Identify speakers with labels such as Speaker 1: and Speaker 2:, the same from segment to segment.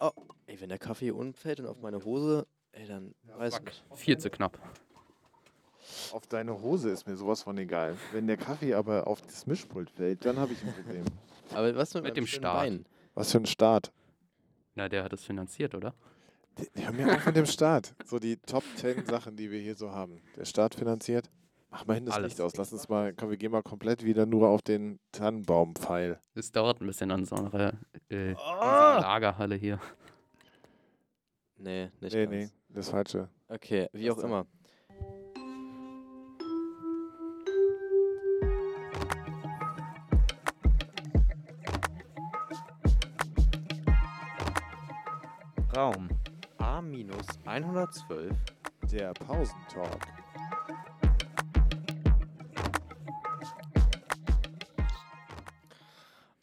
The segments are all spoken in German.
Speaker 1: Oh, ey, wenn der Kaffee umfällt und auf meine Hose, ey, dann weiß ich nicht.
Speaker 2: Viel zu knapp.
Speaker 3: Auf deine Hose ist mir sowas von egal. Wenn der Kaffee aber auf das Mischpult fällt, dann habe ich ein Problem.
Speaker 1: Aber was mit,
Speaker 2: Mit
Speaker 1: meinem
Speaker 2: dem
Speaker 1: schönen
Speaker 2: Stab.
Speaker 1: Bein?
Speaker 3: Was für ein Start.
Speaker 2: Na, der hat es finanziert, oder?
Speaker 3: Die- Hör mir auf mit dem Start. So die Top 10 Sachen, die wir hier so haben. Der Staat finanziert. Mach mal hin das
Speaker 2: Alles.
Speaker 3: Licht aus. Lass uns mal, komm, wir gehen mal komplett wieder nur auf den Tannenbaumpfeil.
Speaker 2: Es dauert ein bisschen an so einer äh,
Speaker 1: Ah!
Speaker 2: Lagerhalle hier.
Speaker 1: Nee, nicht
Speaker 3: Nee,
Speaker 1: ganz.
Speaker 3: nee, das Falsche.
Speaker 1: Okay, wie auch
Speaker 3: Was denn?
Speaker 1: immer.
Speaker 4: Raum A-112
Speaker 3: Der Pausentalk.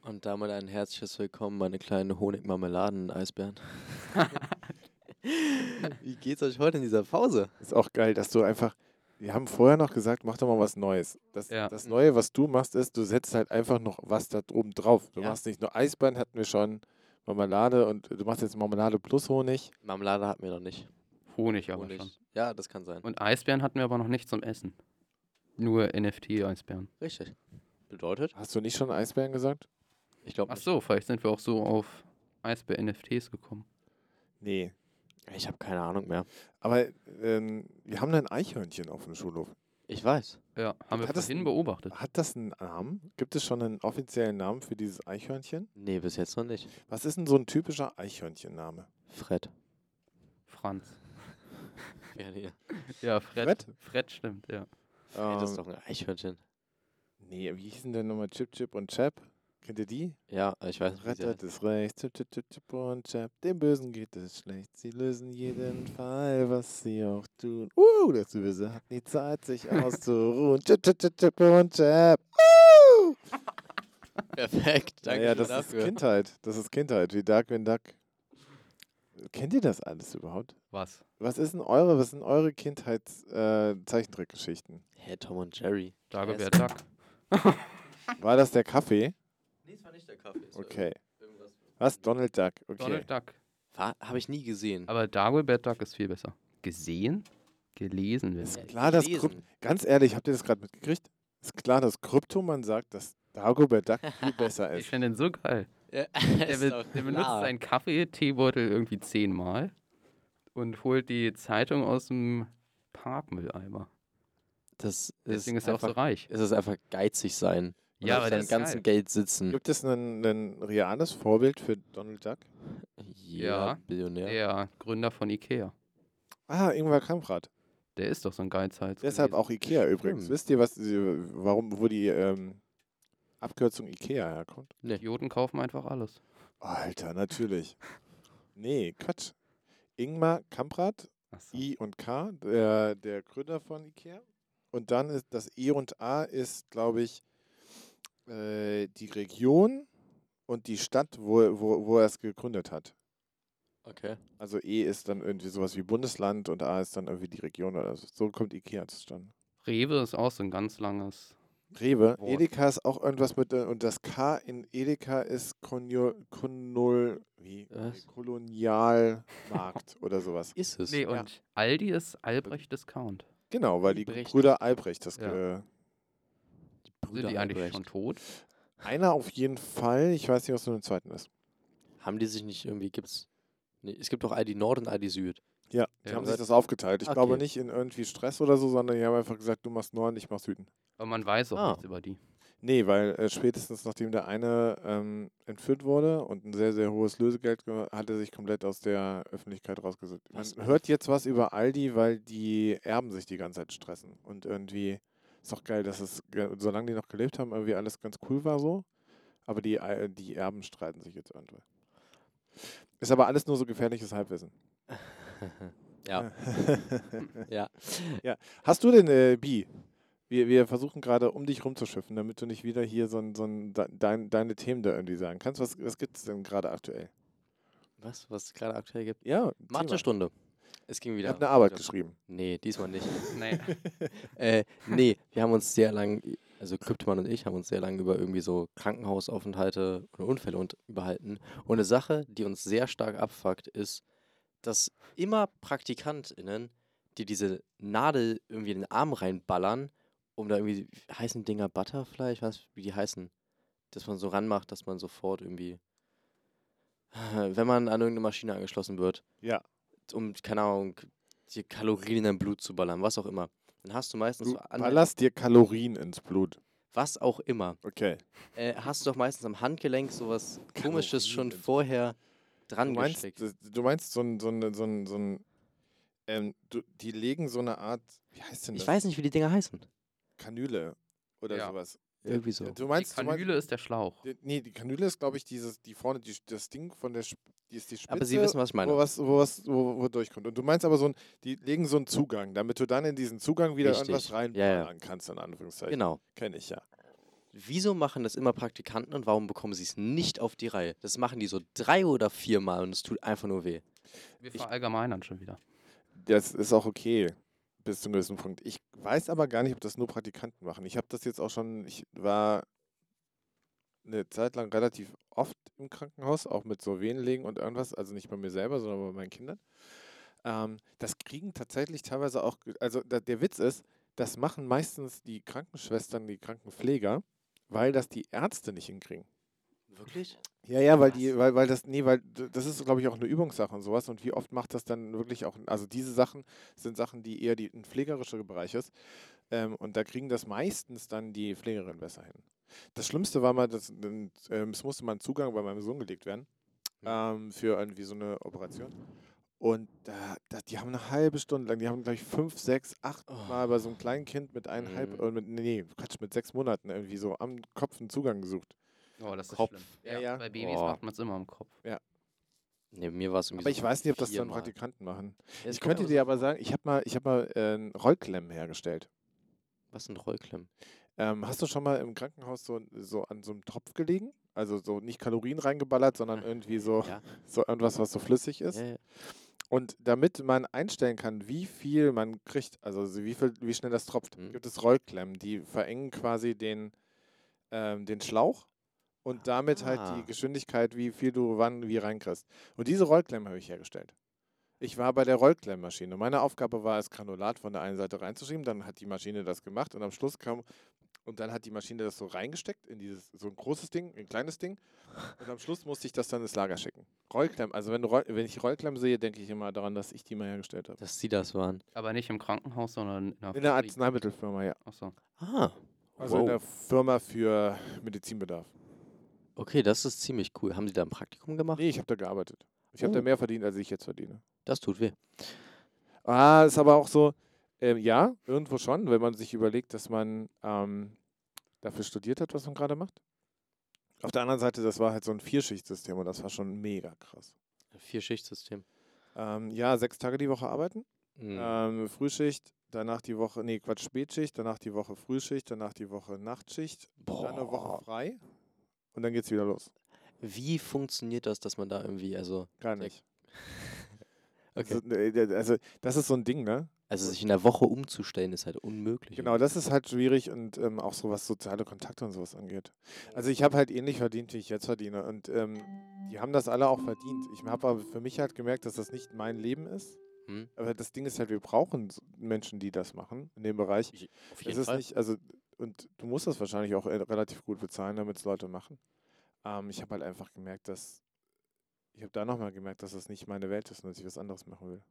Speaker 1: Und damit ein herzliches Willkommen, meine kleinen Honigmarmeladen-Eisbären. wie geht's euch heute in dieser Pause?
Speaker 3: Ist auch geil, dass du einfach. Wir haben vorher noch gesagt, mach doch mal was Neues. Das,
Speaker 2: Ja.
Speaker 3: das Neue, was du machst, ist, du setzt halt einfach noch was da oben drauf. Du
Speaker 1: Ja.
Speaker 3: machst nicht nur Eisbein, hatten wir schon, Marmelade und du machst jetzt Marmelade plus Honig.
Speaker 1: Marmelade hatten wir noch nicht.
Speaker 2: Honig aber
Speaker 1: Honig.
Speaker 2: schon.
Speaker 1: Ja, das kann sein.
Speaker 2: Und Eisbären hatten wir aber noch nicht zum Essen. Nur NFT-Eisbären.
Speaker 1: Richtig. Bedeutet?
Speaker 3: Hast du nicht schon Eisbären gesagt?
Speaker 1: Ich glaube
Speaker 2: Ach
Speaker 1: nicht.
Speaker 2: so, vielleicht sind wir auch so auf Eisbär-NFTs gekommen.
Speaker 3: Nee.
Speaker 1: Ich habe keine Ahnung mehr.
Speaker 3: Aber ähm, wir haben da ein Eichhörnchen auf dem Schulhof.
Speaker 1: Ich weiß.
Speaker 2: Ja, haben wir
Speaker 3: Hattest
Speaker 2: vorhin
Speaker 3: du-
Speaker 2: beobachtet.
Speaker 3: Hat das einen Namen? Gibt es schon einen offiziellen Namen für dieses Eichhörnchen?
Speaker 1: Nee, bis jetzt noch nicht.
Speaker 3: Was ist denn so ein typischer Eichhörnchenname?
Speaker 1: Fred.
Speaker 2: Franz.
Speaker 1: Ja, nee.
Speaker 2: Ja, Fred.
Speaker 3: Fred?
Speaker 2: Fred stimmt, ja.
Speaker 1: Fred ist
Speaker 3: Ähm,
Speaker 1: doch ein Eichhörnchen.
Speaker 3: Nee, wie hießen denn nochmal Chip Chip und Chap? Kennt ihr die?
Speaker 1: Ja, ich weiß nicht. wie sie
Speaker 3: Retter des Rechts, Chip Chip Chip Chip und Chap. Dem Bösen geht es schlecht. Sie lösen jeden Fall, was sie auch tun. Uh, das Böse hat nie Zeit, sich auszuruhen. Chip Chip Chip Chip und Chap.
Speaker 2: äh,
Speaker 3: Uh!
Speaker 1: heißt. Perfekt. Danke
Speaker 3: Naja,
Speaker 1: schön
Speaker 3: das
Speaker 1: dafür.
Speaker 3: ist Kindheit. Das ist Kindheit, wie Darkwing Duck. Kennt ihr das alles überhaupt?
Speaker 2: Was?
Speaker 3: Was ist denn eure, was sind eure Kindheits-Zeichentrickgeschichten? Äh, Zeichentrickgeschichten?
Speaker 1: Hä, Tom und Jerry.
Speaker 2: Dagobert
Speaker 1: Yes.
Speaker 2: Duck.
Speaker 3: War das der
Speaker 1: Äh,
Speaker 3: Kaffee?
Speaker 1: Nee, es war nicht der Kaffee.
Speaker 3: Okay. Was? Donald Duck? Okay.
Speaker 2: Donald Duck.
Speaker 1: Habe ich nie gesehen.
Speaker 2: Aber Dagobert Duck ist viel besser. Gesehen? Gelesen wird.
Speaker 3: Ist
Speaker 1: Ja,
Speaker 3: klar, dass
Speaker 1: gelesen.
Speaker 3: Krypt Ganz ehrlich, habt ihr das gerade mitgekriegt? Ist klar, dass Kryptoman sagt, dass Dagobert Duck viel besser
Speaker 2: Ich
Speaker 3: ist.
Speaker 2: finde den so geil.
Speaker 1: Ja,
Speaker 2: Der,
Speaker 1: ist
Speaker 2: be
Speaker 1: doch
Speaker 2: der benutzt
Speaker 1: klar.
Speaker 2: seinen Kaffee-Teebeutel irgendwie zehnmal und holt die Zeitung aus dem Parkmülleimer.
Speaker 1: Das
Speaker 2: Deswegen ist er auch
Speaker 1: einfach,
Speaker 2: so reich.
Speaker 1: Es ist einfach geizig sein. Und auf seinem ganzen Geld sitzen.
Speaker 3: Gibt es ein, ein reales Vorbild für Donald Duck?
Speaker 1: Jeder
Speaker 2: Ja,
Speaker 1: Billionär.
Speaker 2: Der Gründer von Ikea.
Speaker 3: Ah, Ingwer Kamprad.
Speaker 2: Der ist doch so ein Geizhals.
Speaker 3: Deshalb
Speaker 2: gewesen.
Speaker 3: auch Ikea übrigens.
Speaker 1: Stimmt.
Speaker 3: Wisst ihr, was, die- warum, wo die ähm, Abkürzung Ikea herkommt?
Speaker 2: Idioten kaufen einfach alles.
Speaker 3: Alter, natürlich. Nee, Quatsch. Ingmar Kamprad
Speaker 2: Achso.
Speaker 1: Hm.
Speaker 3: I und K, der, der Gründer von Ikea. Und dann ist das E und A ist, glaube ich, äh, die Region und die Stadt, wo, wo, wo er es gegründet hat.
Speaker 1: Okay.
Speaker 3: Also E ist dann irgendwie sowas wie Bundesland und A ist dann irgendwie die Region oder so. So kommt Ikea zustande.
Speaker 2: Rewe ist auch so ein ganz langes.
Speaker 3: Rewe,
Speaker 1: Wort.
Speaker 3: Edeka ist auch irgendwas mit, äh, und das K in Edeka ist Konjo, Konol, wie,
Speaker 1: Was?
Speaker 3: Kolonialmarkt oder sowas.
Speaker 1: Ist es.
Speaker 2: Nee, und Aldi ist Albrecht Discount.
Speaker 3: Genau, weil die
Speaker 1: Albrecht.
Speaker 3: Brüder Albrecht das
Speaker 2: Ja.
Speaker 3: ge
Speaker 2: Sind die eigentlich schon tot?
Speaker 3: Einer auf jeden Fall. Ich weiß nicht, was nur im zweiten ist.
Speaker 1: Haben die sich nicht irgendwie gibt's? Nee, es gibt doch ID Nord und ID Süd.
Speaker 3: Ja, die
Speaker 2: Ja,
Speaker 3: haben
Speaker 1: aber-
Speaker 3: sich das aufgeteilt. Ich
Speaker 1: Okay.
Speaker 3: glaube nicht in irgendwie Stress oder so, sondern die haben einfach gesagt, du machst Norden, ich mach Süden.
Speaker 2: Aber man weiß auch
Speaker 1: Ah.
Speaker 2: nichts über die.
Speaker 3: Nee, weil äh, spätestens nachdem der eine ähm, entführt wurde und ein sehr, sehr hohes Lösegeld ge- hat er sich komplett aus der Öffentlichkeit rausgesucht. Man
Speaker 1: Was?
Speaker 3: hört jetzt was über Aldi, weil die Erben sich die ganze Zeit stressen. Und irgendwie ist doch geil, dass es, ge- solange die noch gelebt haben, irgendwie alles ganz cool war so. Aber die, Al- die Erben streiten sich jetzt irgendwie. Ist aber alles nur so gefährliches Halbwissen.
Speaker 1: Ja. ja.
Speaker 3: Hast du denn, äh, Bi? Wir, wir versuchen gerade, um dich rumzuschiffen, damit du nicht wieder hier so, ein- so ein, de- dein, deine Themen da irgendwie sagen kannst. Was, was gibt es denn gerade aktuell?
Speaker 1: Was was es gerade aktuell gibt?
Speaker 3: Ja, Thema.
Speaker 1: Mathestunde. Es ging
Speaker 3: Ich
Speaker 1: wieder.
Speaker 3: habe eine ne Arbeit
Speaker 1: wieder-
Speaker 3: geschrieben.
Speaker 1: Nee, diesmal nicht.
Speaker 2: Nee.
Speaker 1: äh, nee, wir haben uns sehr lang also Kryptmann und ich haben uns sehr lange über irgendwie so Krankenhausaufenthalte und Unfälle und überhalten. Und eine Sache, die uns sehr stark abfuckt, ist, dass immer PraktikantInnen, die diese Nadel irgendwie in den Arm reinballern, um da irgendwie, wie heißen die Dinger Butterfly? Ich weiß nicht, wie die heißen. Dass man so ranmacht, dass man sofort irgendwie, wenn man an irgendeine Maschine angeschlossen wird,
Speaker 3: Ja.
Speaker 1: um, keine Ahnung, die Kalorien in dein Blut zu ballern, was auch immer. Dann hast du meistens
Speaker 3: Du
Speaker 1: so an-
Speaker 3: ballerst dir Kalorien ins Blut.
Speaker 1: was auch immer.
Speaker 3: Okay.
Speaker 1: Äh, hast du doch meistens am Handgelenk sowas Komisches schon
Speaker 3: Kalorien.
Speaker 1: vorher
Speaker 3: oh, Du
Speaker 1: dran
Speaker 3: meinst,
Speaker 1: gesteckt.
Speaker 3: das- du meinst so ein, so ein, so ein, so ein ähm, du, die legen so eine Art, wie heißt denn das?
Speaker 1: Ich weiß nicht, wie die Dinger heißen.
Speaker 3: Kanüle oder
Speaker 2: Ja.
Speaker 3: sowas.
Speaker 1: Irgendwie so.
Speaker 3: Du meinst,
Speaker 2: die
Speaker 3: du
Speaker 2: Kanüle
Speaker 3: meinst,
Speaker 2: ist der Schlauch.
Speaker 3: die- nee, die Kanüle ist, glaube ich, dieses, die vorne, die, das Ding von der, Sp- die ist die Spitze.
Speaker 1: Aber sie wissen, was ich meine.
Speaker 3: Wo was, wo was, wo, wo durchkommt. Und du meinst aber so ein, die legen so einen Zugang, damit du dann in diesen Zugang wieder
Speaker 1: Richtig.
Speaker 3: irgendwas reinballern
Speaker 1: Ja, ja.
Speaker 3: kannst, in Anführungszeichen.
Speaker 1: Genau.
Speaker 3: Kenne ich ja.
Speaker 1: Wieso machen das immer Praktikanten und warum bekommen sie es nicht auf die Reihe? Das machen die so drei oder viermal und es tut einfach nur weh.
Speaker 2: Wir
Speaker 1: ich-
Speaker 2: verallgemeinern schon wieder.
Speaker 3: Das ist auch okay bis zu einem gewissen Punkt. Ich weiß aber gar nicht, ob das nur Praktikanten machen. Ich habe das jetzt auch schon, ich war eine Zeit lang relativ oft im Krankenhaus, auch mit so Venenlegen und irgendwas, also nicht bei mir selber, sondern bei meinen Kindern. Ähm, das kriegen tatsächlich teilweise auch, ge- also da, der Witz ist, das machen meistens die Krankenschwestern, die Krankenpfleger, weil das die Ärzte nicht hinkriegen.
Speaker 1: Wirklich?
Speaker 3: Ja, ja, weil
Speaker 1: Was?
Speaker 3: die, weil, weil das, nee, weil d- das ist, glaube ich, auch eine Übungssache und sowas. Und wie oft macht das dann wirklich auch, also diese Sachen sind Sachen, die eher die, ein pflegerischer Bereich ist. Ähm, und da kriegen das meistens dann die Pflegerin besser hin. Das Schlimmste war mal, dass, ähm, es musste mal ein Zugang bei meinem Sohn gelegt werden ähm, für irgendwie so eine Operation. Und da, da, die haben eine halbe Stunde lang, die haben gleich fünf, sechs, acht
Speaker 1: Oh.
Speaker 3: Mal bei so einem kleinen Kind mit eineinhalb,
Speaker 1: Mhm.
Speaker 3: äh, mit, nee, Quatsch, mit sechs Monaten irgendwie so am Kopf einen Zugang gesucht.
Speaker 2: Oh, das ist
Speaker 1: Kopf.
Speaker 2: schlimm.
Speaker 3: Ja, ja.
Speaker 2: Bei Babys
Speaker 1: Boah.
Speaker 2: macht man es immer im Kopf.
Speaker 1: Nee, mir war es irgendwie
Speaker 3: Aber ich weiß nicht, ob das dann
Speaker 1: viermal.
Speaker 3: Praktikanten machen.
Speaker 1: Ja, es
Speaker 3: Ich
Speaker 1: kommt
Speaker 3: könnte
Speaker 1: so
Speaker 3: dir
Speaker 1: vor.
Speaker 3: aber sagen, ich habe mal, ich hab mal äh, einen Rollklemmen hergestellt.
Speaker 1: Was sind Rollklemmen?
Speaker 3: Ähm, hast du schon mal im Krankenhaus so, so an so einem Topf gelegen? Also so nicht Kalorien reingeballert, sondern irgendwie so,
Speaker 1: Ah, Ja.
Speaker 3: so irgendwas, was so flüssig ist.
Speaker 1: Ja, ja.
Speaker 3: Und damit man einstellen kann, wie viel man kriegt, also so wie, viel, wie schnell das tropft,
Speaker 1: Mhm.
Speaker 3: gibt es Rollklemmen, die verengen quasi den, ähm, den Schlauch und damit halt
Speaker 1: Ah.
Speaker 3: die Geschwindigkeit, wie viel du wann wie reinkriegst. Und diese Rollklemmen habe ich hergestellt. Ich war bei der Rollklemmmaschine. Meine Aufgabe war es, Granulat von der einen Seite reinzuschieben, dann hat die Maschine das gemacht und am Schluss kam und dann hat die Maschine das so reingesteckt in dieses so ein großes Ding, ein kleines Ding und am Schluss musste ich das dann ins Lager schicken. Rollklemmen, also wenn, du Roll, wenn ich Rollklemmen sehe, denke ich immer daran, dass ich die mal hergestellt habe.
Speaker 1: Dass sie das waren.
Speaker 2: Aber nicht im Krankenhaus, sondern in einer
Speaker 3: In der
Speaker 2: Pflege-
Speaker 3: Arzneimittelfirma, ja.
Speaker 2: Achso.
Speaker 1: Ah.
Speaker 3: Also in der Firma für Medizinbedarf.
Speaker 1: Okay, das ist ziemlich cool. Haben die da ein Praktikum gemacht?
Speaker 3: Nee, ich habe da gearbeitet. Ich habe da
Speaker 1: Oh.
Speaker 3: mehr verdient, als ich jetzt verdiene.
Speaker 1: Das tut weh.
Speaker 3: Ah, ist aber auch so, ähm, ja, irgendwo schon, wenn man sich überlegt, dass man ähm, dafür studiert hat, was man gerade macht. Auf der anderen Seite, das war halt so ein Vierschichtsystem und das war schon mega krass.
Speaker 1: Vier-Schicht-System.
Speaker 3: Ähm, ja, sechs Tage die Woche arbeiten.
Speaker 1: Mhm.
Speaker 3: Ähm, Frühschicht, danach die Woche, nee, Quatsch, Spätschicht, danach die Woche Frühschicht, danach die Woche Nachtschicht, dann eine Woche frei und dann geht's wieder los.
Speaker 1: Wie funktioniert das, dass man da irgendwie, also,
Speaker 3: Gar
Speaker 1: Sehr
Speaker 3: nicht.
Speaker 1: okay.
Speaker 3: Also, äh, d- also, das ist so ein Ding, ne?
Speaker 1: also sich in der Woche umzustellen, ist halt unmöglich.
Speaker 3: Genau, das ist halt schwierig und ähm, auch so was soziale Kontakte und sowas angeht. Also ich habe halt ähnlich verdient, wie ich jetzt verdiene und ähm, die haben das alle auch verdient. Ich habe aber für mich halt gemerkt, dass das nicht mein Leben ist.
Speaker 1: Hm?
Speaker 3: Aber das Ding ist halt, wir brauchen so Menschen, die das machen in dem Bereich.
Speaker 1: Ich- Auf
Speaker 3: Es ist nicht, also, und du musst das wahrscheinlich auch äh, relativ gut bezahlen, damit es Leute machen. Ähm, ich habe halt einfach gemerkt, dass, ich habe da nochmal gemerkt, dass das nicht meine Welt ist und dass ich was anderes machen will.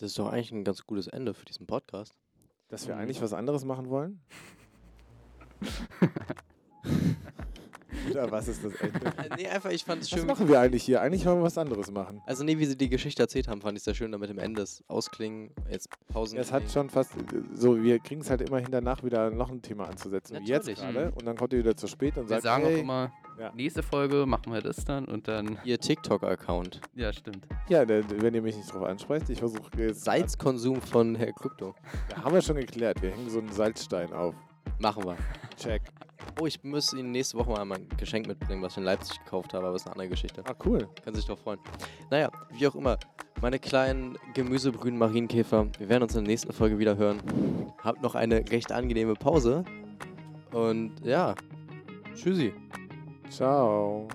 Speaker 1: Das ist doch eigentlich ein ganz gutes Ende für diesen Podcast.
Speaker 3: Dass wir
Speaker 2: Mhm.
Speaker 3: eigentlich was anderes machen wollen? Oder was ist das Ende?
Speaker 1: Äh, nee, einfach, ich fand es
Speaker 3: Was
Speaker 1: schön.
Speaker 3: machen wir eigentlich hier? Eigentlich wollen wir was anderes machen.
Speaker 1: Also, nee, wie sie die Geschichte erzählt haben, fand ich sehr schön, damit im Ende es ausklingen, jetzt Pausen.
Speaker 2: Mhm.
Speaker 3: Es hat schon fast äh, so, wir kriegen es halt immerhin danach wieder noch ein Thema anzusetzen, wie jetzt
Speaker 1: Natürlich.
Speaker 3: gerade. Und dann kommt ihr wieder zu spät und
Speaker 2: Mhm. Wir
Speaker 3: sagt,
Speaker 2: sagen auch
Speaker 3: hey,
Speaker 2: immer,
Speaker 3: Ja.
Speaker 2: nächste Folge machen wir das dann und dann.
Speaker 1: Ihr TikTok-Account.
Speaker 2: Ja, stimmt.
Speaker 3: ja, d- d- wenn ihr mich nicht drauf ansprecht, ich versuche jetzt.
Speaker 1: Salzkonsum von Herr Krypto.
Speaker 3: Ja, haben wir schon geklärt. Wir hängen so einen Salzstein auf.
Speaker 1: Machen wir.
Speaker 3: Check.
Speaker 1: Oh, ich muss Ihnen nächste Woche mal mein Geschenk mitbringen, was ich in Leipzig gekauft habe, aber ist eine andere Geschichte.
Speaker 3: Ah, cool.
Speaker 1: Können sich doch freuen. Naja, wie auch immer, meine kleinen gemüsebrünen Marienkäfer, wir werden uns in der nächsten Folge wieder hören. Habt noch eine recht angenehme Pause Und ja, tschüssi.
Speaker 3: Ciao.